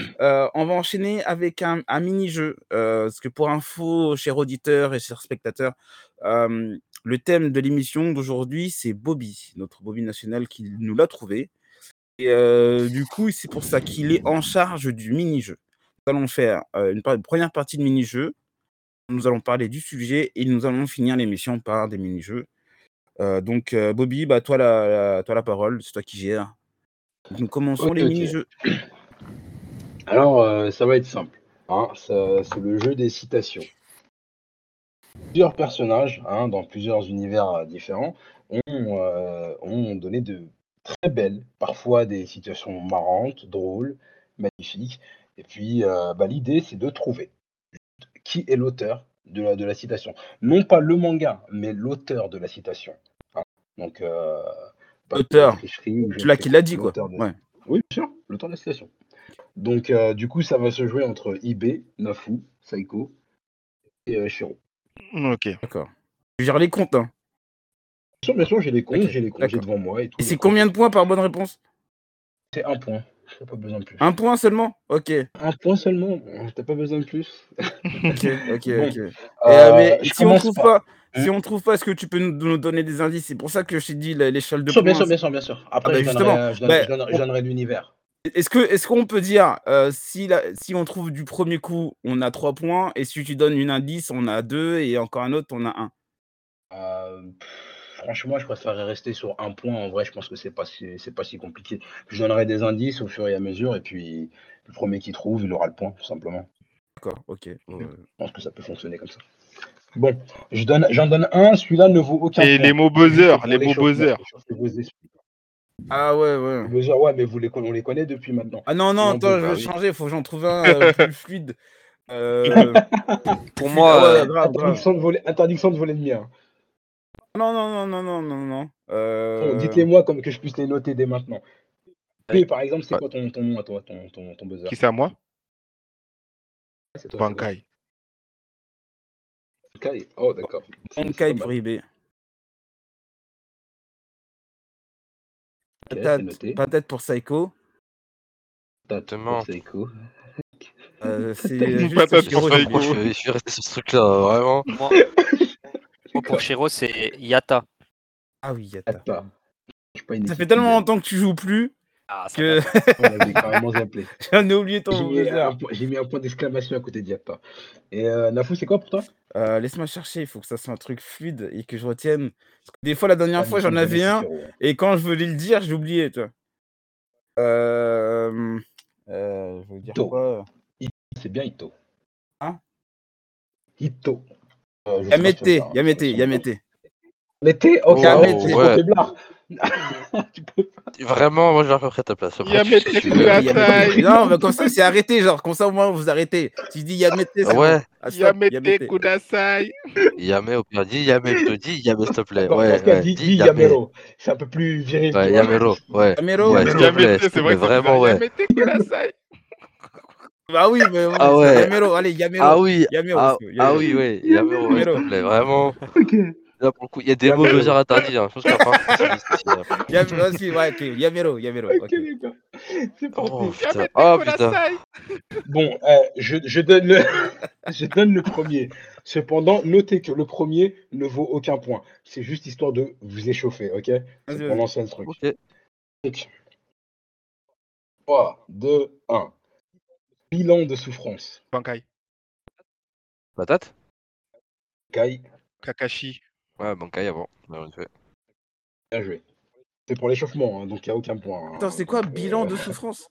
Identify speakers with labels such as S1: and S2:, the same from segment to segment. S1: Heu, Euh, on va enchaîner avec un un mini-jeu, heu, parce que pour info, chers auditeurs et chers spectateurs, hem, le thème de l'émission d'aujourd'hui, c'est Bobby, notre Bobby national qui nous l'a trouvé et heu, du coup, c'est pour ça qu'il est en charge du mini-jeu. Nous allons faire, heu, une pa une 1re partie de mini-jeu. Nous allons parler du sujet et nous allons finir l'émission par des mini-jeux. Heu, donc heu, Bobby, bah, toi la la toi la parole, c'est toi qui gères. Nous commençons
S2: OK,
S1: les
S2: OK.
S1: mini-jeux.
S2: Alors, heu, ça va être simple, hein, ça c'est le jeu des citations. Plusieurs personnages, hein, dans plusieurs univers, heu, différents ont, heu, ont donné de très belles, parfois des citations marrantes, drôles, magnifiques et puis, heu, bah, l'idée, c'est de trouver qui est l'auteur de la de la citation. Non pas le manga, mais l'auteur de la citation, hein. Donc heu, pas de
S1: L'auteur,
S2: tricherie ou je ne
S1: celui-là
S2: sais
S1: qui
S2: quoi,
S1: l'a dit quoi?
S2: l'auteur de
S1: Ouais.
S2: oui, bien sûr, l'auteur de la citation. Donc heu, du coup, ça va se jouer entre Ibe, Nafu, Saiko et heu, Shiro.
S3: Mmh, OK.
S1: D'accord. Tu gères les comptes, hein?
S2: Bien sûr, bien sûr, j'ai les comptes,
S1: OK,
S2: j'ai les comptes, j'ai
S1: d'accord
S2: devant moi et tout,
S1: et
S2: les
S1: c'est
S2: comptes et
S1: combien de
S2: tout.
S1: points par bonne réponse?
S2: C'est 1 point, tu as pas besoin de plus.
S1: 1 point seulement? OK.
S2: 1 point seulement, mmh, tu as pas besoin de plus.
S1: OK, OK,
S2: Bon,
S1: OK et heu,
S2: heu,
S1: Eh, mais
S2: je
S1: si on
S2: commence
S1: trouve
S2: par
S1: pas
S2: mmh.
S1: si on trouve pas, est-ce que tu peux nous nous donner des indices? C'est pour ça que je t'ai dit l'é l'échelle de
S2: Bien sûr, bien
S1: points.
S2: sûr,
S1: C'est
S2: bien sûr, bien sûr.
S1: ah,
S2: Après
S1: bah,
S2: je donnerai,
S1: justement,
S2: heu, je donne je
S1: bah,
S2: donnerai je
S1: on
S2: donnerai l'univers.
S1: E est-ce que est-ce qu'on peut dire, heu, si la si on trouve du 1er coup, on a 3 points et si tu donnes une indice, on a 2 et encore un autre, on a 1?
S2: Heu, Euh, franchement, je préférerais rester sur 1 point. En vrai, je pense que c'est pas si c'est pas si compliqué. Je donnerai des indices au fur et à mesure et puis le 1er qui trouve, il aura le point, tout simplement.
S1: D'accord, OK, ouais,
S2: Mmh.
S1: ouais,
S2: Je
S1: ouais.
S2: pense que ça peut fonctionner comme ça. Bon, je donne j'en donne 1, celui-là ne vaut aucun
S3: Et les
S2: point.
S3: mots
S2: C'est juste
S3: buzzer,
S2: pour
S3: les mots
S2: l'échauffement,
S3: buzzer.
S2: échauffer vos esprits.
S1: Ah ouais, ouais.
S2: Les buzzer, ouais, mais vous les conna on les connaît depuis maintenant.
S1: Ah non, non,
S2: Non,
S1: attends, je
S2: buzz, bah
S1: vais
S2: oui.
S1: changer, faut que j'en trouve un, heu, plus fluide. Heu, plus
S3: Pour
S1: fluide, ah
S3: moi,
S2: euh,
S1: ouais,
S3: heu
S1: grave, grave.
S2: Interdiction de voler interdiction de voler le mien.
S1: Non, non, non, non, non, non, non,
S3: Euh.
S1: Euh,
S2: Bon,
S1: heu
S2: dites-les-moi comme que je puisse les noter dès maintenant.
S3: Allez.
S2: B, par exemple, c'est
S3: Ouais.
S2: quoi ton ton nom à toi, ton ton ton buzzer?
S3: Qui c'est à moi?
S2: Ouais, c'est toi, c'est quoi?
S3: Bankai.
S2: Bankai? Oh
S3: Ba
S2: d'accord, c'est c'est pas
S1: Bankai
S2: mal.
S1: pour Ibe.
S2: OK, c'est
S1: Patate
S2: noté.
S1: patate pour Saiko.
S2: Patate pour
S4: Exactement.
S2: Saiko.
S1: Heu,
S2: Patate
S1: Euh, c'est
S2: pour
S1: juste
S3: Patate pour
S1: Shiro, j'ai
S4: Franchement,
S1: oublié.
S4: je
S3: Saiko.
S4: vais je vais rester sur ce truc-là, heu, vraiment.
S5: Moi moi pour
S2: D'accord.
S5: Shiro, c'est Yatta.
S1: Ah oui, Yatta.
S2: Yatta. Je suis pas une
S1: Ça fait
S2: équipe
S1: tellement
S2: idem.
S1: longtemps que tu joues plus
S5: Ah, ça
S1: que
S5: date, hein.
S2: On l'avait carrément zappé.
S1: j'en ai oublié
S2: J'ai
S1: ton
S2: mis
S1: buzzer.
S2: un point j'ai mis un point d'exclamation à côté de Yatta et heu, Nafu, c'est quoi pour toi?
S1: Heu, Euh, laisse-moi chercher, il faut que ça soit un truc fluide et que je retienne. Parce que des fois, la dernière fois,
S2: Interdiction
S1: j'en
S2: de voler,
S1: avais
S2: Ah, c'est
S1: un
S2: Shiro, hein.
S1: et quand je voulais le dire, j'ai oublié, tu vois? Euh, Hem, heu, je veux dire
S2: Ito.
S1: quoi, heu?
S2: I c'est bien Ito.
S1: Hein?
S2: Ito. Heu, je sais pas si tu vas me dire,
S1: Yamete,
S2: hein,
S1: Yamete,
S2: son son
S1: Yamete.
S2: Mété? OK, ah ouais,
S4: Oh
S2: c'est
S1: Yamete.
S2: trop
S4: ouais.
S2: faiblard. Tu peux pas.
S4: Vraiment, moi, je l'aurais repris à ta place. Après, je je
S3: Yamete
S4: suis désolé.
S2: Yamete.
S3: kudasai.
S1: Non, mais comme ça, c'est arrêté, genre, comme ça, au moins, vous arrêtez. Si je dis Yamete,
S4: Ah
S1: c'est bon.
S4: ouais?
S1: Ah, stop,
S3: Yamete
S1: Yamete.
S3: kudasai.
S4: Yamé au pire, dis Yamé, je te dis Yamé, s'il te plaît.
S2: D'accord, dans
S4: Ouais,
S2: ce cas,
S4: ouais,
S2: dis
S4: dis
S2: dis
S4: Yamé.
S2: Yamero. C'est un peu plus viril, tu
S4: Ouais,
S2: vois?
S4: Yamero, ouais,
S1: Yamero,
S4: ouais, s'il te
S1: Yamero.
S4: plaît,
S3: Yamete,
S4: s'il te
S3: c'est
S4: plaît,
S3: vrai que c'est bizarre.
S4: vraiment, ouais.
S3: Yamete kudasai.
S1: Bah oui, mais bon,
S4: Ah
S1: c'est
S4: ouais.
S1: Yamero, allez,
S4: Ah
S1: Yamero.
S4: oui,
S1: Yamero,
S4: ah
S1: c'est bon,
S4: ah
S1: Yamero.
S4: oui, ouais, Yamero, ouais, s'il te
S1: Yamero.
S4: plaît, vraiment.
S2: OK.
S4: Là, pour le coup, il y a des mots buzzer
S2: Yamero.
S4: interdits, hein. Je pense qu'il va falloir qu'on s'y dise ici, hein.
S1: Yam vas-y, ouais, OK, Yamero, Yamero,
S2: OK,
S1: OK.
S2: d'accord. C'est
S4: Oh
S2: parti.
S4: putain,
S3: Yamete
S4: oh putain.
S3: kudasai.
S2: Bon, heu, je je donne le je donne le 1er. Cependant, notez que le 1er ne vaut aucun point. C'est juste histoire de vous échauffer, OK?
S1: Vas-y,
S2: C'est pour
S1: vas-y.
S2: lancer le truc.
S4: OK.
S2: Donc 3, 2, 1. Mille ans de souffrance.
S3: Bankai.
S4: Patate?
S2: Kai.
S3: Kakashi.
S4: Ouais, Bankai avant, Bah, bien en effet.
S2: Bien joué. C'est pour l'échauffement, hein, donc il y a aucun point,
S1: Attends,
S2: hein,
S1: c'est quoi
S2: donc
S1: «bilan
S2: heu
S1: de souffrance»?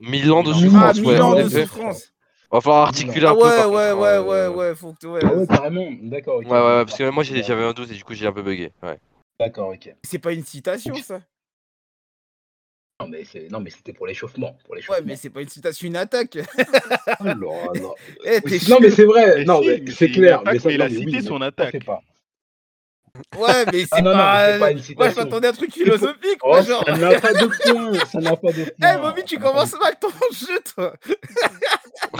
S4: 1000 ans de
S3: 1000 ans de
S2: Mille
S1: Ah,
S4: souffrance,
S2: ans,
S4: ouais,
S1: 1000
S4: en
S1: ans
S2: mille ans
S1: de
S2: de
S4: effet.
S2: souffrance.
S1: souffrance.
S4: Va falloir
S2: 1000 ans.
S4: articuler un
S1: Ah
S4: peu,
S1: ouais,
S4: par contre,
S1: ouais,
S4: hein,
S1: ouais, ouais,
S4: heu
S1: ouais, faut que tu ouais,
S2: Ah ouais,
S1: c'est
S2: carrément. D'accord, OK,
S4: Ouais, ouais,
S2: on
S4: ouais,
S2: est
S4: parce que
S2: parti
S4: moi,
S2: sur
S4: j'ai
S2: un
S4: j'avais un doute et du coup, j'ai un peu buggé, ouais.
S2: D'accord, OK.
S1: C'est pas une citation,
S2: Donc
S1: ça?
S2: Non, mais c'est non, mais c'était pour l'échauffement, pour
S1: Ouais, mais
S2: l'échauffement.
S1: c'est pas une citation, une attaque.
S2: Oh là là.
S1: Eh,
S2: Oui,
S1: tu es
S2: c'est non, mais
S1: chaud.
S2: c'est vrai.
S3: Mais
S2: Eh, Non,
S3: si,
S2: mais
S3: mais
S2: c'est
S3: c'est une
S2: clair, mais
S3: attaque,
S2: ça
S3: mais il
S2: non,
S3: a
S2: mais
S3: cité
S2: oui, mais
S3: son
S2: t'en fais
S3: attaque.
S2: pas.
S1: Ouais, mais
S2: Ah
S1: c'est
S2: non, non, mais c'est
S1: pas, heu,
S2: pas
S1: moi,
S2: une
S1: je
S2: citation.
S1: m'attendais à un truc
S2: Il faut
S1: philosophique, moi,
S2: oh,
S1: genre.
S2: ça n'a pas de point, ça n'a pas de
S1: Eh, Bobby,
S2: point,
S1: tu
S2: ça n'a pas de
S1: commences
S2: point.
S1: mal ton jeu, toi.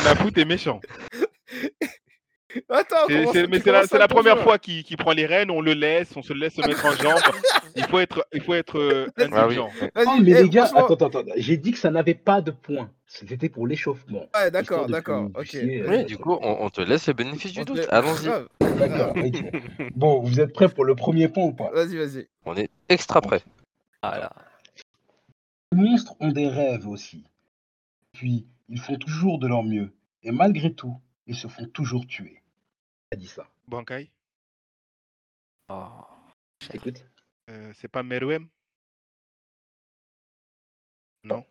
S3: Nafu, tu es méchant.
S1: Attends,
S3: C'est-
S1: comment
S3: c'est-
S1: ça-
S3: mais
S1: tu
S3: c'est la,
S1: commences
S3: c'est
S1: à
S3: la
S1: le
S3: première
S1: conduire
S3: fois qu'il qu'il prend les rênes, on le laisse, on se le laisse se mettre en jambe. Il faut être, il faut être euh,
S4: Ah oui.
S3: indulgent.
S1: Vas-y,
S2: Oh, mais
S1: eh,
S2: les gars,
S1: franchement-
S2: attends, attends, attends. J'ai dit que ça n'avait pas de points. C'était pour l'échauffement.
S1: Ouais, d'accord,
S2: Histoire de
S1: d'accord,
S2: que vous
S1: ok.
S2: puissiez, euh,
S4: Oui, du coup, on, on te laisse le bénéfice du
S1: On te Ah.
S4: doute.
S1: l'a-
S4: Allons-y.
S1: Grave.
S2: D'accord, ok. Bon, vous êtes prêts pour le premier point ou pas
S1: Vas-y, vas-y.
S4: On est extra prêt.
S5: Voilà.
S2: Les monstres ont des rêves aussi. Puis, ils font toujours de leur mieux. Et malgré tout, ils se font toujours tuer. T'as dit ça.
S3: Bankai,
S5: Oh.
S2: Écoute.
S3: euh, c'est pas Meruem Non.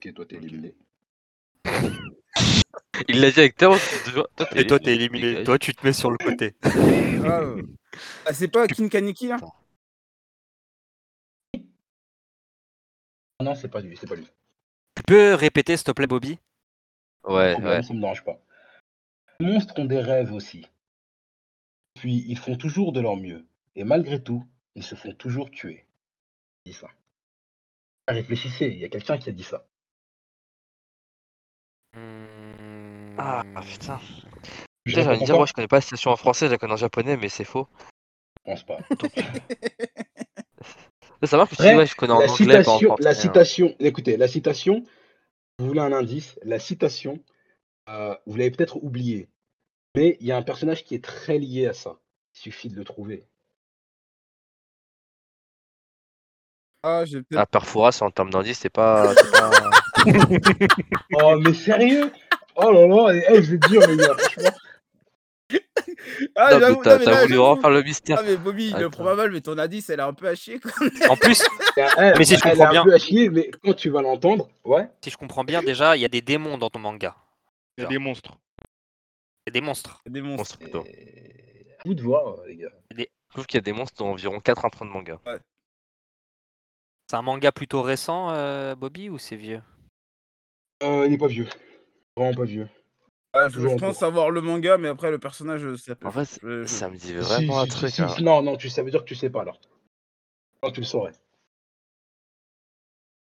S2: Ok, toi, t'es éliminé.
S4: Il l'a dit avec Théo. tu- Toi,
S5: Et toi, t'es éliminé. Toi, tu te mets sur le côté.
S1: Grave. Ah, c'est pas Kinkaniki, là
S2: Ah Non, c'est pas lui, c'est pas lui.
S5: Tu peux répéter, s'il te plaît, Bobby
S4: Ouais,
S2: Problème,
S4: ouais.
S2: Ça me dérange pas. Les monstres ont des rêves aussi. Puis, ils font toujours de leur mieux. Et malgré tout, ils se font toujours tuer. T'as dit ça. Ah, Réfléchissez, il y a quelqu'un qui a dit ça.
S4: Ah putain.
S2: Je
S4: Putain,
S2: répète
S4: j'allais dire,
S2: encore
S4: moi je connais pas la citation en français, je la connais en japonais, mais c'est faux.
S2: Je pense pas.
S4: Ça marche que tu
S2: Après,
S4: dis, ouais, je connais en
S2: la
S4: anglais, pas en
S2: citation,
S4: français.
S2: la
S4: hein.
S2: citation, écoutez, la citation, vous voulez un indice, la citation, euh, vous l'avez peut-être oubliée, mais il y a un personnage qui est très lié à ça. Il suffit de le trouver.
S1: Ah, j'ai peut-être.
S4: Ah, Perfora, c'est en termes d'indice, c'est pas. c'est pas-
S2: Oh, mais sérieux Oh là là, eh, eh, je vais te dire, les gars, franchement.
S1: Ah,
S4: Non, mais
S1: j'avoue,
S4: t'as
S1: non, mais
S4: t'as
S1: là,
S4: voulu
S1: j'avoue.
S4: refaire le mystère.
S1: Ah, mais Bobby, il le
S4: Attends.
S1: prend pas mal, mais ton indice, elle est un peu à chier, quoi.
S5: En plus,
S2: Eh, eh,
S5: Mais si je
S2: elle est
S5: comprends
S2: un
S5: bien.
S2: peu à chier, mais quand tu vas l'entendre, ouais.
S5: si je comprends bien, déjà, il y a des démons dans ton manga.
S3: Il y a des monstres.
S5: Il y a Des monstres.
S1: Des monstres.
S4: Monstre, plutôt.
S2: eh, à vous de voir, les gars.
S4: Je trouve qu'il y a des monstres dans environ 4 empreintes de manga.
S5: C'est un manga plutôt récent, euh, Bobby, ou c'est vieux
S2: Euh, il est pas vieux. Vraiment pas vieux.
S1: Ah, je,
S2: Toujours en
S1: pense
S2: cours.
S1: avoir le manga, mais après, le personnage, euh, ça peut.
S4: En fait,
S1: je- je-
S4: ça me dit
S2: Si,
S4: vraiment
S2: si,
S4: un
S2: si,
S4: truc.
S2: si,
S4: hein.
S2: si, Non, non, tu, ça veut dire que tu sais pas alors. Non, tu le saurais.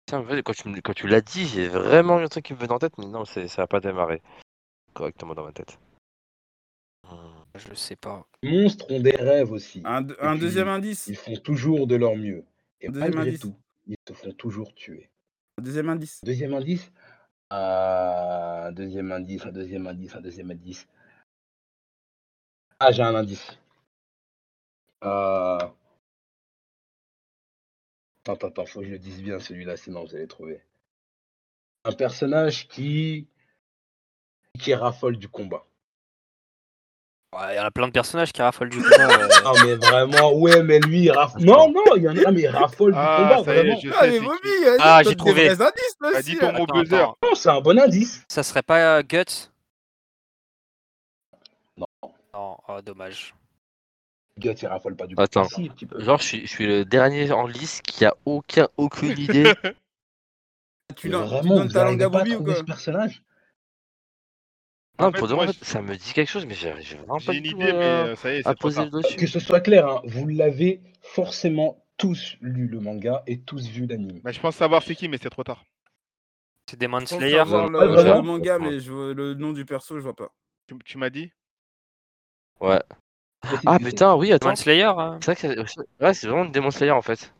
S4: Tiens, en fait, quand tu, me- quand tu l'as dit, j'ai vraiment eu un truc qui me venait en tête, mais non, c'est- ça n'a pas démarré correctement dans ma tête. Hmm.
S5: Je sais pas.
S2: Les monstres ont des rêves aussi.
S1: Un, deux- un
S2: puis,
S1: deuxième indice.
S2: Ils font toujours de leur mieux. Et
S1: Deuxième
S2: malgré
S1: indice.
S2: tout, ils se font toujours tuer.
S1: Un deuxième indice.
S2: Deuxième indice. Ah, un deuxième indice, un deuxième indice, un deuxième indice. Ah, j'ai un indice. Euh... Attends, attends, attends, faut que je le dise bien celui-là, sinon vous allez le trouver. Un personnage qui qui raffole du combat.
S5: Ouais, Il y en a plein de personnages qui raffolent du combat. euh.
S2: Non mais vraiment, ouais, mais lui, il raffole. Non, non, il y en a, mais il raffole du
S3: Ah,
S2: combat,
S3: ça y est,
S2: vraiment.
S3: je
S1: Ah,
S3: sais.
S1: mais
S3: c'est
S1: Bobby,
S3: qui.
S1: vas-y,
S5: Ah,
S1: donne
S5: j'ai trouvé.
S1: Des vrais indices, là,
S3: Ah,
S1: aussi,
S3: dis
S1: là.
S3: ton mot
S5: Attends,
S3: buzzer.
S5: attends.
S2: Non, c'est un bon indice.
S5: Ça serait pas euh, Guts
S2: Non.
S5: Non, oh, dommage.
S2: Guts, il raffole pas du
S4: Attends.
S2: Si, un petit peu.
S4: Genre, je suis, je suis le dernier en lice qui a aucun, aucune idée.
S1: Tu
S2: Mais
S1: donnes tu
S2: vraiment,
S1: donnes
S2: vous
S1: ta langue
S2: arrivez
S1: à
S2: pas à
S1: Bobby ou
S2: trouver
S1: quoi
S2: ce personnage
S4: non,
S3: En fait,
S4: pour de
S3: moi,
S4: vrai, en fait,
S3: je-
S4: ça me dit quelque chose, mais j'ai j'ai vraiment pas
S3: J'ai une
S4: du tout
S3: idée, mais
S4: à-
S3: euh, ça y est,
S4: à
S3: c'est trop
S4: poser
S3: tard.
S4: le dessus.
S2: Que ce soit clair, hein, vous l'avez forcément tous lu le manga et tous vu l'anime.
S3: Bah, je pense savoir c'est qui, mais c'est trop tard.
S5: C'est Demon
S1: Je pense
S5: Slayer
S1: avoir le,
S4: Ouais,
S1: le
S2: vraiment.
S1: manga, mais je vois- le nom du perso, je vois pas.
S3: Tu, tu m'as dit
S1: Bah,
S2: Qu'est-ce que
S4: Ah
S2: tu sais
S4: putain, oui, attends.
S5: Demon Slayer hein.
S4: C'est vrai que c'est... Ouais, c'est vraiment une Demon Slayer en fait.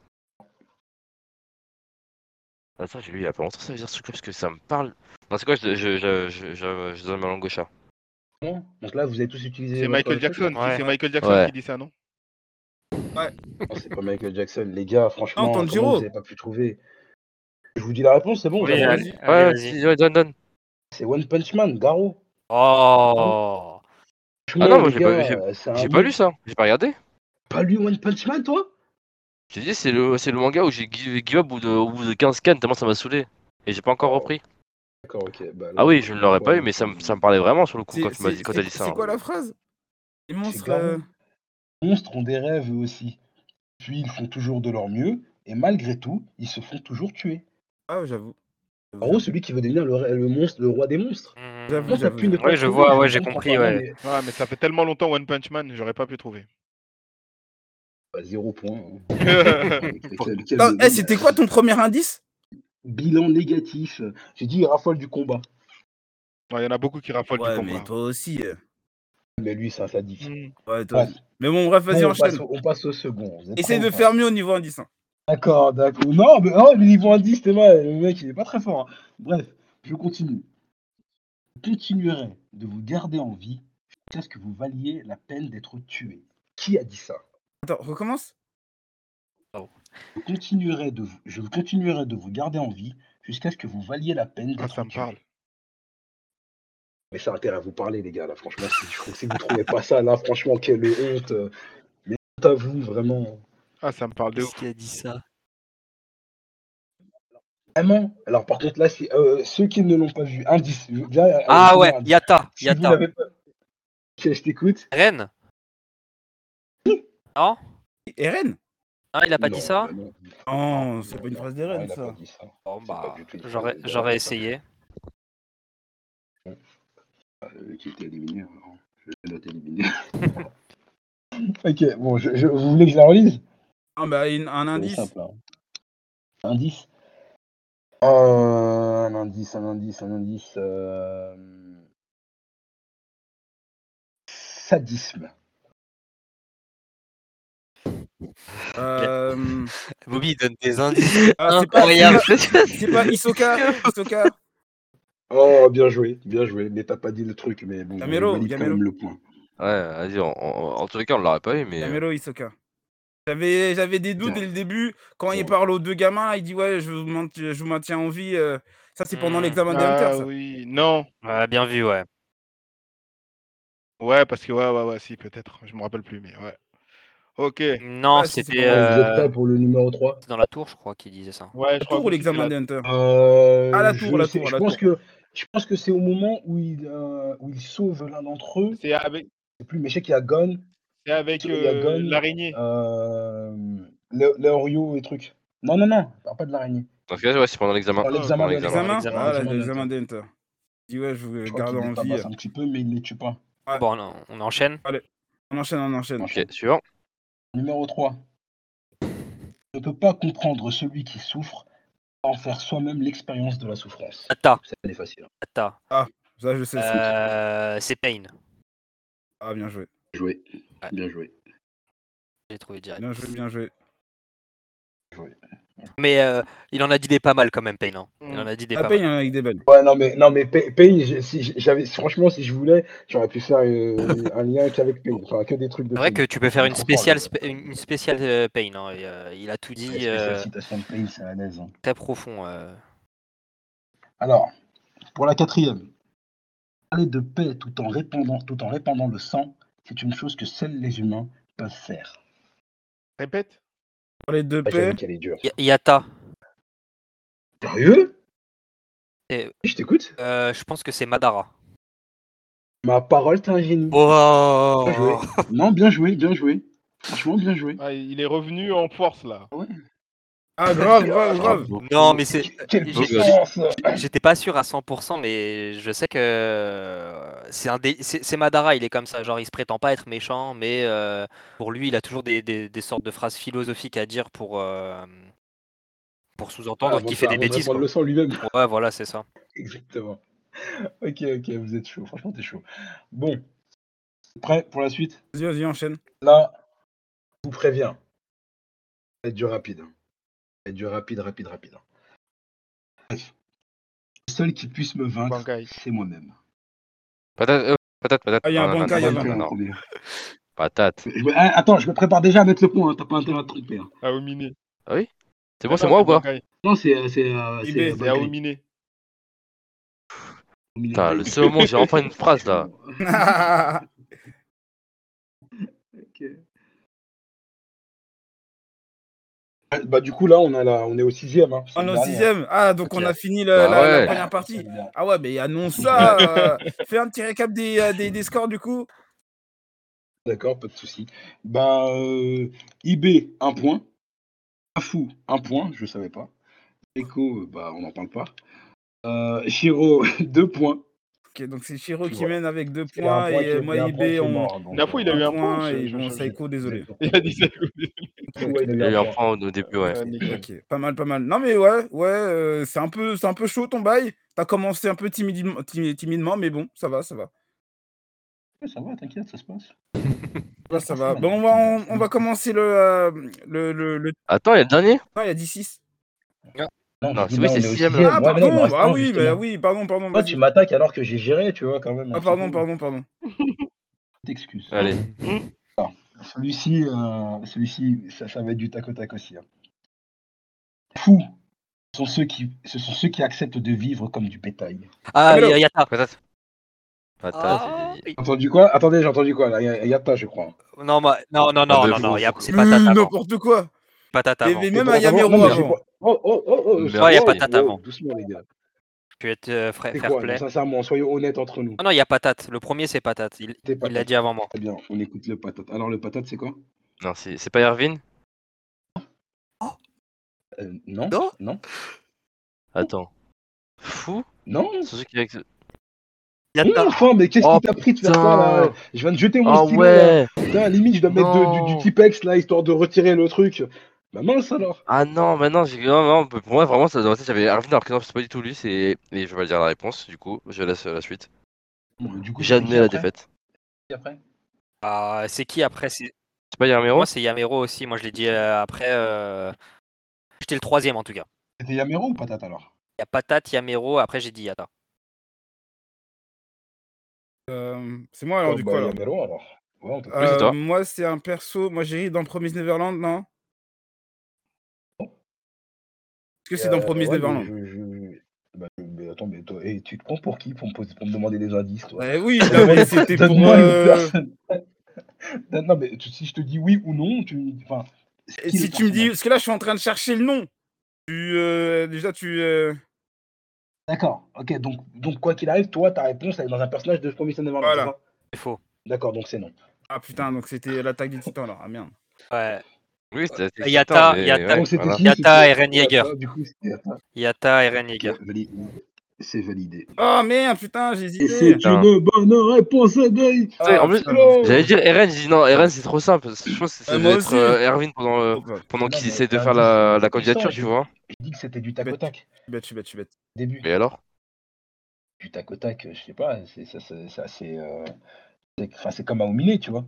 S4: Attends, j'ai lu il y a pas longtemps, ça veut dire ce truc parce que ça me parle. Non, c'est quoi, je, je, je, je, je- je donne ma langue au chat.
S2: Non Donc là, vous avez tous utilisé.
S3: C'est
S2: votre
S3: Michael
S2: truc
S3: Jackson.
S5: Ouais.
S3: C'est Michael Jackson
S4: Ouais.
S3: qui dit ça, non
S2: Non, c'est pas Michael Jackson, les gars, franchement,
S1: Non,
S2: comment
S1: Tanjiro.
S2: vous n'avez pas pu trouver Je vous dis la réponse, c'est bon.
S5: Oui,
S2: j'avoue.
S5: allez,
S4: Ouais,
S5: allez,
S4: ouais,
S5: vas-y.
S4: si, ouais, donne, donne.
S2: C'est One Punch Man, Garo.
S5: Oh
S4: Ah non, moi,
S2: les
S4: j'ai pas-
S2: gars,
S4: j'ai-
S2: euh, c'est un
S4: J'ai
S2: bon-
S4: pas lu ça, j'ai pas regardé.
S2: Pas lu One Punch Man, toi
S4: J'ai dit, c'est le, c'est le manga où j'ai gi- give up au bout de, au bout de 15 scans, tellement ça m'a saoulé. Et j'ai pas encore repris.
S2: D'accord, ok. bah, là,
S4: Ah oui, je ne l'aurais pas eu, mais ça, me- ça me parlait vraiment sur le coup
S1: C'est
S4: quand tu m'as
S1: c'est-
S4: dit, quand
S1: c'est-
S4: t'as dit ça.
S1: c'est quoi
S4: hein.
S1: la phrase Les monstres.
S2: grave.
S1: euh,
S2: Les monstres ont des rêves eux aussi. Puis ils font toujours de leur mieux, et malgré tout, ils se font toujours tuer.
S1: Ah, j'avoue.
S2: En gros, celui qui veut devenir le, re- le monstre, le roi des monstres.
S5: Hmm.
S1: J'avoue,
S2: Moi, ça pue de
S5: Ouais, je vois, ouais, j'ai compris, ouais.
S3: Ouais, mais ça fait tellement longtemps One Punch Man, j'aurais pas pu trouver.
S2: Bah, zéro point. hein.
S3: Putain,
S2: Quel- quel-
S1: Attends, eh, c'était quoi ton premier indice
S2: Bilan négatif. J'ai dit, il raffole du combat.
S3: Il y en a beaucoup qui raffolent du combat.
S1: toi aussi. euh.
S2: mais lui, c'est un sadique.
S3: Mmh,
S1: Ouais, toi,
S2: Bref.
S1: Mais bon, bref, vas-y,
S2: Bon, on, passe
S1: enchaîne.
S2: au, on passe au second. Vous êtes
S1: Essaye
S2: prêts
S1: de
S2: ou pas
S1: faire mieux au niveau indice. hein.
S2: D'accord, d'accord. Non, mais oh, le niveau indice, c'était mal. Le mec, il est pas très fort. hein. Bref, je continue. Je continuerai de vous garder en vie jusqu'à ce que vous valiez la peine d'être tué. Qui a dit ça
S1: Attends, recommence
S2: je continuerai, de vous, je continuerai de vous garder en vie jusqu'à ce que vous valiez la peine d'être
S3: Ah, ça me
S2: tué.
S3: parle.
S2: Mais ça a intérêt à vous parler, les gars, là, franchement. Si, si vous trouvez pas ça, là, franchement, quelle honte. euh, Mais honte à vous, vraiment.
S3: Ah, ça me parle de ouf.
S5: qui a dit ça
S2: Vraiment Alors, par contre, là, c'est euh, ceux qui ne l'ont pas vu, indice. je- là, euh,
S5: Ah
S2: je
S5: ouais,
S2: vous dis un
S5: Yata,
S2: indice. Si vous
S5: Yata.
S2: l'avez pas- Ok, je t'écoute.
S5: Rennes Non
S1: Eren
S5: Hein, il a pas
S2: Non,
S5: dit ça
S2: bah non.
S1: Non, Oh, c'est pas une phrase
S2: Non,
S1: d'Eren,
S2: il a
S1: ça.
S2: pas dit ça.
S5: Bon,
S2: c'est
S5: bah,
S2: pas du tout une
S5: j'aurais
S2: phrase de
S5: j'aurais
S2: Rennes,
S5: essayé.
S2: Euh, qui était éliminé. alors. Je vais noter éliminé. ok, bon, je, je- vous voulez que je la relise
S1: Ah, bah, une- un
S2: C'est
S1: indice.
S2: simple, hein. Indice Euh, Un indice, un indice, un indice. euh, Sadisme.
S1: Euh,
S5: Bobby, il donne des indices
S1: ah, c'est pas,
S5: incroyables.
S1: c'est pas Isoka. Isoka.
S2: Oh, bien joué, bien joué. Mais t'as pas dit le truc, mais bon,
S1: Gamero,
S2: je valide quand
S1: Gamero.
S2: même le point.
S4: Ouais, vas-y, on- on- en tous les cas, on l'aurait pas eu, mais. euh,
S1: Yamero Isoka. J'avais, j'avais des doutes
S2: Ouais.
S1: dès le début. Quand il
S2: Ouais.
S1: parle aux deux gamins, il dit Ouais, je vous, mant- je vous maintiens en vie. euh, Ça, c'est pendant
S5: Hmm.
S1: l'examen
S3: Ah
S1: d'Hunter, ça.
S3: oui, non.
S5: Ouais, bien vu, ouais.
S3: Ouais, parce que ouais, ouais, ouais, si, peut-être. Je me rappelle plus, mais ouais. Ok.
S5: Non,
S1: Ah, si, c'est
S5: c'était
S1: pas
S2: Vous êtes
S5: euh,
S2: prêts pour le numéro 3
S5: dans la tour, je crois, qu'il disait ça.
S3: Ouais, je
S1: La tour
S3: crois que
S1: ou
S3: c'est
S1: l'examen
S3: la-
S1: d'Hunter
S2: Euh,
S1: Ah, la tour,
S2: je
S1: la
S2: sais-
S1: tour,
S2: je
S1: la
S2: pense
S1: tour.
S2: que je pense que c'est au moment où il, euh, où il sauve l'un d'entre eux.
S3: C'est avec,
S2: C'est plus, mais je sais qu'il y a Gon,
S3: c'est avec
S2: Il y a
S3: euh,
S2: Gon.
S3: l'araignée.
S2: euh, le- l'Oreo et truc. Non, non, non, on parle pas de l'araignée.
S4: Dans ce cas, ouais, c'est pendant l'examen.
S2: Dans l'examen,
S4: Pendant
S2: dans
S1: L'examen
S5: l'examen,
S1: Ah,
S2: l'examen
S1: l'examen d'Hunter. Il dit Ouais, je
S2: Je
S1: vous
S2: crois
S1: garde
S2: qu'il les
S1: en vie.
S2: tabasse un petit peu, mais il les tue pas.
S1: Ouais.
S5: Bon, on, on enchaîne.
S1: On enchaîne, on enchaîne.
S4: Ok, suivant.
S2: Numéro 3. Je ne peux pas comprendre celui qui souffre en faire soi-même l'expérience de la souffrance.
S5: Yata,
S2: Ça, elle est facile.
S5: Yata.
S1: Ça, je sais. c'est-
S5: Euh, c'est Pain.
S1: Ah, bien joué.
S2: Joué.
S5: Ouais.
S2: Bien joué.
S5: J'ai trouvé direct.
S1: Bien joué, bien joué.
S5: Mais euh, il en a dit des pas mal quand même, Pain. hein. Il
S3: Mm.
S5: en a dit des pas
S1: La paye, il y
S5: mal.
S1: en a avec des belles.
S2: Ouais, non, mais, non, mais Pay- Pay, j'ai- si j'- j'avais, franchement, si je voulais, j'aurais pu faire euh, un lien qu'avec Pay. Enfin, que des trucs de
S5: C'est vrai
S2: Pay.
S5: que tu peux faire une
S2: Encore,
S5: spéciale,
S2: euh,
S5: spé- une spéciale euh, Pain. hein, et, euh, il a tout
S2: Ouais,
S5: dit
S2: spéciale
S5: euh,
S2: citation de Pay, c'est à l'aise. hein.
S5: très profond. euh.
S2: Alors, pour la quatrième, parler de paix tout en répandant, tout en répandant le sang, c'est une chose que seuls les humains peuvent faire.
S3: Répète.
S1: Parler de
S2: Ah,
S1: paix.
S2: J'avoue qu'elle est dure.
S5: Y- Yata,
S2: Sérieux
S5: Et-
S2: Eh, Je t'écoute.
S5: euh, je pense que c'est Madara.
S2: Ma parole, t'es un génie. Bien joué.
S5: Oh
S2: Non, bien joué, bien joué. Franchement, bien joué.
S3: Ah, il est revenu en force là.
S1: Ah, grave, grave, grave.
S5: Non, mais c'est.
S2: Quelle
S5: j'ai-
S2: puissance
S5: J'étais pas sûr à 100%, mais je sais que euh, c'est un dé- c'est c'est Madara, il est comme ça, genre il se prétend pas être méchant, mais euh, pour lui, il a toujours des, des- des sortes de phrases philosophiques à dire pour, euh, pour sous-entendre
S2: Avant
S5: qu'il
S2: de-
S5: fait
S2: avant
S5: des
S2: de
S5: bêtises.
S2: répandre
S5: quoi.
S2: le sang lui-même.
S5: Ouais, voilà, c'est ça.
S2: Exactement. Ok, ok, vous êtes chaud. Franchement, t'es chaud. Bon. Prêt pour la suite
S1: Vas-y, vas-y, enchaîne.
S2: Là, je vous préviens. C'est du rapide. hein. C'est du rapide, rapide, rapide. Bref. Le seul qui puisse me vaincre,
S3: Bankai.
S2: c'est moi-même.
S4: Patate, euh, patate, patate.
S1: Ah, il y a un
S4: Non, non,
S1: banca,
S4: non,
S1: il y a
S4: non,
S1: un
S4: non,
S2: Bankai en
S4: non,
S2: premier.
S4: Patate.
S2: Je me- Ah, Attends, je me prépare déjà à mettre le point. hein, T'as pas intérêt à te tromper. hein.
S3: Aomine.
S4: C'est bon, c'est moi ou quoi
S2: Non, c'est. euh, C'est euh,
S1: IB,
S2: c'est,
S1: c'est
S2: euh,
S3: C'est
S2: Bankai.
S3: Aomine.
S4: Putain, le seul moment où j'ai enfin une phrase là.
S2: Ok. Euh, Bah, du coup, là, on, a la... on est au sixième. Hein.
S1: On est au sixième. Ah, donc on a fini la,
S4: Bah
S1: la- la
S4: ouais.
S1: première partie. Ah ouais, mais annonce ça. euh, fais un petit récap des, euh, des, des scores du coup.
S2: D'accord, pas de souci. Bah, euh, IB, un point. Afou, un point, je ne savais pas. Echo, euh, bah, on n'en parle pas. Euh, Shiro, deux points.
S1: Ok, donc c'est Chiro qui
S2: Ouais.
S1: mène avec deux
S2: Il y a un
S1: points
S2: point
S1: et
S2: qui
S1: euh,
S2: est- il y a
S1: moi
S2: un point qui
S1: IB
S2: est
S1: on
S2: mort, donc,
S3: Nafou, il a
S2: euh,
S3: eu un point,
S1: point
S3: je-
S1: et
S3: je-
S1: bon
S3: je-
S1: Saiko désolé.
S3: Il a dit ça.
S2: Ouais, il a eu
S4: Il y a eu
S2: un
S4: un
S2: point.
S4: point au au début, ouais.
S3: Ouais, nickel.
S1: Ok, pas mal, pas mal. Non mais ouais, ouais, euh, c'est un peu, c'est un peu chaud ton bail. T'as commencé un peu timidement, timi- timidement, mais bon, ça va, ça va.
S2: Ouais, ça va, t'inquiète, ça se passe.
S1: Là, ça va. Bon, on va, on, on va commencer le, euh, le, le, le-
S4: Attends, il y a le dernier
S1: Non, il y a 10-6.
S4: Non,
S2: je dis
S4: oui,
S2: on
S4: c'est
S2: est au
S4: sixième, là.
S1: Ah,
S2: sixième. Ouais, mais
S1: pardon.
S2: non, il me reste
S1: ah
S2: un,
S1: oui,
S2: justement.
S1: bah, oui, pardon, pardon.
S2: Toi,
S1: vas-y.
S2: tu m'attaques alors que j'ai géré, tu vois, quand même.
S1: Ah, pardon, pardon, pardon.
S2: T'excuses.
S4: Allez.
S2: Celui-ci, euh, celui-ci, ça, ça va être du tac au tac aussi. hein. Fous sont ceux qui, ce sont ceux qui acceptent de vivre comme du bétail.
S5: Ah,
S1: Hello.
S5: y- Yata.
S4: Patate. Patate.
S5: Ah,
S4: il-
S5: oui.
S2: Entendu quoi Attendez, j'ai entendu quoi là Y a- y a pas, je crois.
S5: Non, moi- non, non, non,
S4: Ah,
S5: non,
S4: mais
S5: non,
S4: vous-
S5: y a- c'est
S1: Hum,
S5: patate
S2: hein.
S5: avant.
S1: N'importe quoi.
S5: Patate avant.
S1: Mais- mais- Même
S2: Oh,
S1: à Yamero
S2: non, mais j'ai
S1: avant.
S2: pas- Oh, oh, oh, oh,
S4: Mais
S2: c'est-
S4: non,
S5: y a
S2: oh,
S5: patate
S2: oh,
S5: avant.
S2: Doucement, les gars.
S5: Tu es euh, fra-
S2: C'est
S5: fair
S2: quoi
S5: play.
S2: Sincèrement, soyons honnêtes entre nous.
S5: Non, non, il y a patate. Le premier, c'est patate. Il
S2: C'est
S5: il l'a
S2: patate.
S5: dit avant moi.
S2: Très bien, on écoute le patate. Alors, le patate, c'est quoi
S4: Non, c'est c'est pas Irvine
S2: Euh, Non
S5: Non
S2: Non
S4: Attends. Fou
S2: Non
S4: C'est ceux qui acceptent-
S2: Mon
S5: Yata.
S2: enfant, mais qu'est-ce
S4: Oh,
S2: qui t'a pris de faire
S4: putain.
S2: ça là Je viens de jeter mon
S4: Ah
S2: stylo, là.
S4: ouais
S2: Putain, limite, je dois mettre de- du,
S4: Non.
S2: du Tipex là, histoire de retirer le truc. Bah mince alors
S4: Ah non, mais non, j'ai- non, non, pour moi vraiment, ça, dans ma tête, j'avais Irvine alors que non, c'est pas du tout lui, c'est. Et je vais dire la réponse, du coup, je laisse euh, la suite.
S2: Du coup,
S4: J'ai
S2: c'est qui
S4: admis la
S2: après
S4: défaite.
S2: Qui après
S5: Ah, c'est qui après C'est-
S4: C'est pas Yarmero
S5: Moi, c'est Yamero aussi. Moi, je l'ai dit euh, après. euh, J'étais le troisième en tout cas.
S2: C'était Yamero ou Patate alors
S5: Il y a patate, Yamero. Après, j'ai dit Yata.
S1: Euh, c'est moi alors,
S2: Oh,
S1: du
S2: bah,
S1: coup. alors.
S2: Yamero alors. Ouais, on peut-
S4: c'est
S1: Euh,
S4: toi.
S1: moi, c'est un perso. Moi, j'ai ri dans Promise Neverland, non Est-ce que c'est dans
S2: Oh. Euh,
S1: Promise
S2: ouais,
S1: Neverland
S2: mais je- je- je- bah, je- mais attends, mais toi, eh, tu te prends pour qui pour me, poser- pour me demander des indices toi
S1: Ouais, Oui, non, mais c'était pour.
S2: Donne-moi une
S1: euh,
S2: personne. non, non, mais tu- si je te dis oui ou non, tu. Enfin. c'est
S1: Et
S2: qui
S1: si
S2: le
S1: tu me dis,
S2: personnage
S1: parce que là je suis en train de chercher le nom. Tu, euh, déjà tu. euh,
S2: D'accord, ok, donc, donc quoi qu'il arrive, toi, ta réponse, elle est dans un personnage de Promised Neverland.
S1: Voilà.
S2: c'est ça
S5: C'est faux.
S2: D'accord, donc c'est non.
S1: Ah putain, donc c'était l'attaque des titans alors. Ah merde.
S5: Ouais.
S4: Oui, c'était c'était
S5: Yata,
S4: Satan, mais-
S5: Yata.
S4: ouais,
S2: Ah, Donc, c'était
S4: voilà.
S2: qui,
S5: Yata
S2: c'était-
S5: et Eren Yeager.
S2: Yata, Du coup, c'était Yata.
S5: Yata et Ren Yeager.
S2: Ok, valide. C'est validé.
S1: Oh merde, putain, j'ai
S2: Et c'est
S1: hésité. Ah,
S4: Putain.
S2: une bonne réponse, Guy
S4: Ouais, en plus,
S1: putain.
S2: non.
S4: J'allais dire Eren, j'ai dit non, Eren c'est trop simple. Je pense que ça
S2: Ah,
S1: Ouais,
S4: devait
S1: moi
S4: être
S1: aussi.
S4: euh, Erwin pendant, euh,
S1: Oh, bah,
S4: pendant qu'ils
S2: mais
S4: essaient de
S2: t'as
S4: faire
S2: dit,
S4: la,
S2: euh, c'est
S4: la
S2: une
S4: candidature,
S2: histoire,
S4: tu vois.
S2: J'ai dit que c'était du tac au tac,
S1: Je suis bête, je suis bête, je suis bête.
S2: au début.
S4: Mais alors
S2: Du tac au tac, je sais pas, c'est ça, ça, ça, c'est, euh, c'est- enfin, c'est comme à Ominé, tu vois.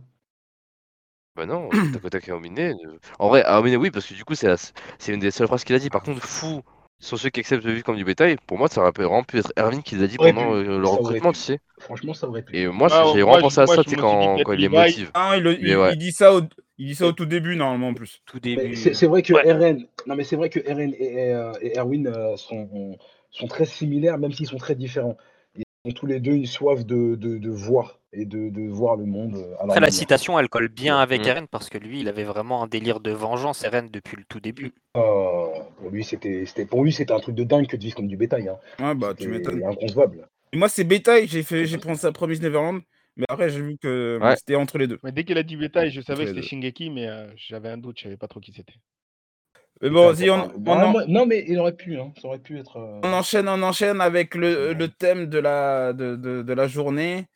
S4: Bah non, Dakota qui a Aminé. euh, En vrai, Aminé, oui, parce que du coup, c'est la- c'est une des seules phrases qu'il a dit. Par contre, fou sont ceux qui acceptent de vivre comme du bétail. Pour moi, ça aurait vraiment pu être Erwin qui l'a dit
S2: Aurait
S4: pendant
S2: pu,
S4: euh, le
S2: ça aurait
S4: recrutement,
S2: pu.
S4: tu sais.
S2: Franchement, ça aurait pu.
S4: Et moi,
S3: Ah,
S4: j'ai
S3: moi,
S4: vraiment
S3: je-
S4: pensé à
S3: moi,
S4: ça,
S3: je
S4: tu sais,
S3: me suis dit
S4: quand,
S3: peut-être
S4: quand il les
S3: Levi.
S4: motive.
S1: Ah, il, le-
S4: Mais
S1: il-
S4: ouais.
S1: il dit ça au, il dit ça au tout début normalement en plus.
S5: Tout
S2: Mais
S5: début.
S2: c'est c'est vrai que
S4: Ouais.
S2: Eren, non mais c'est vrai que Eren et, et, euh, et Erwin euh, sont, sont très similaires, même s'ils sont très différents. Ils ont tous les deux une soif de, de, de voir et de, de voir le monde. euh, à leur
S5: Après, la
S2: manière.
S5: citation, elle colle bien avec
S4: Mm.
S5: Eren parce que lui, il avait vraiment un délire de vengeance, Eren, depuis le tout début.
S2: Euh, pour lui, c'était c'était- pour lui, c'était un truc de dingue que de vivre comme du bétail. Hein.
S1: Ouais, bah tu
S2: C'était
S1: m'étonnes.
S2: inconcevable.
S1: Et Moi c'est bétail, j'ai fait, j'ai pensé à Promise Neverland, mais après j'ai vu que
S4: Ouais.
S1: c'était entre les deux.
S3: Mais dès qu'il a dit bétail, je savais
S1: les
S3: que c'était
S1: deux.
S3: Shingeki, mais euh, j'avais un doute, je savais pas trop qui c'était.
S1: Mais bon, vas-y,
S2: C'était
S1: on,
S2: inconcevable.
S1: on en-
S2: Ah, moi- non mais il aurait pu, hein, ça aurait pu être. euh,
S1: on enchaîne, on enchaîne avec le, le thème de la, de, de- de la journée.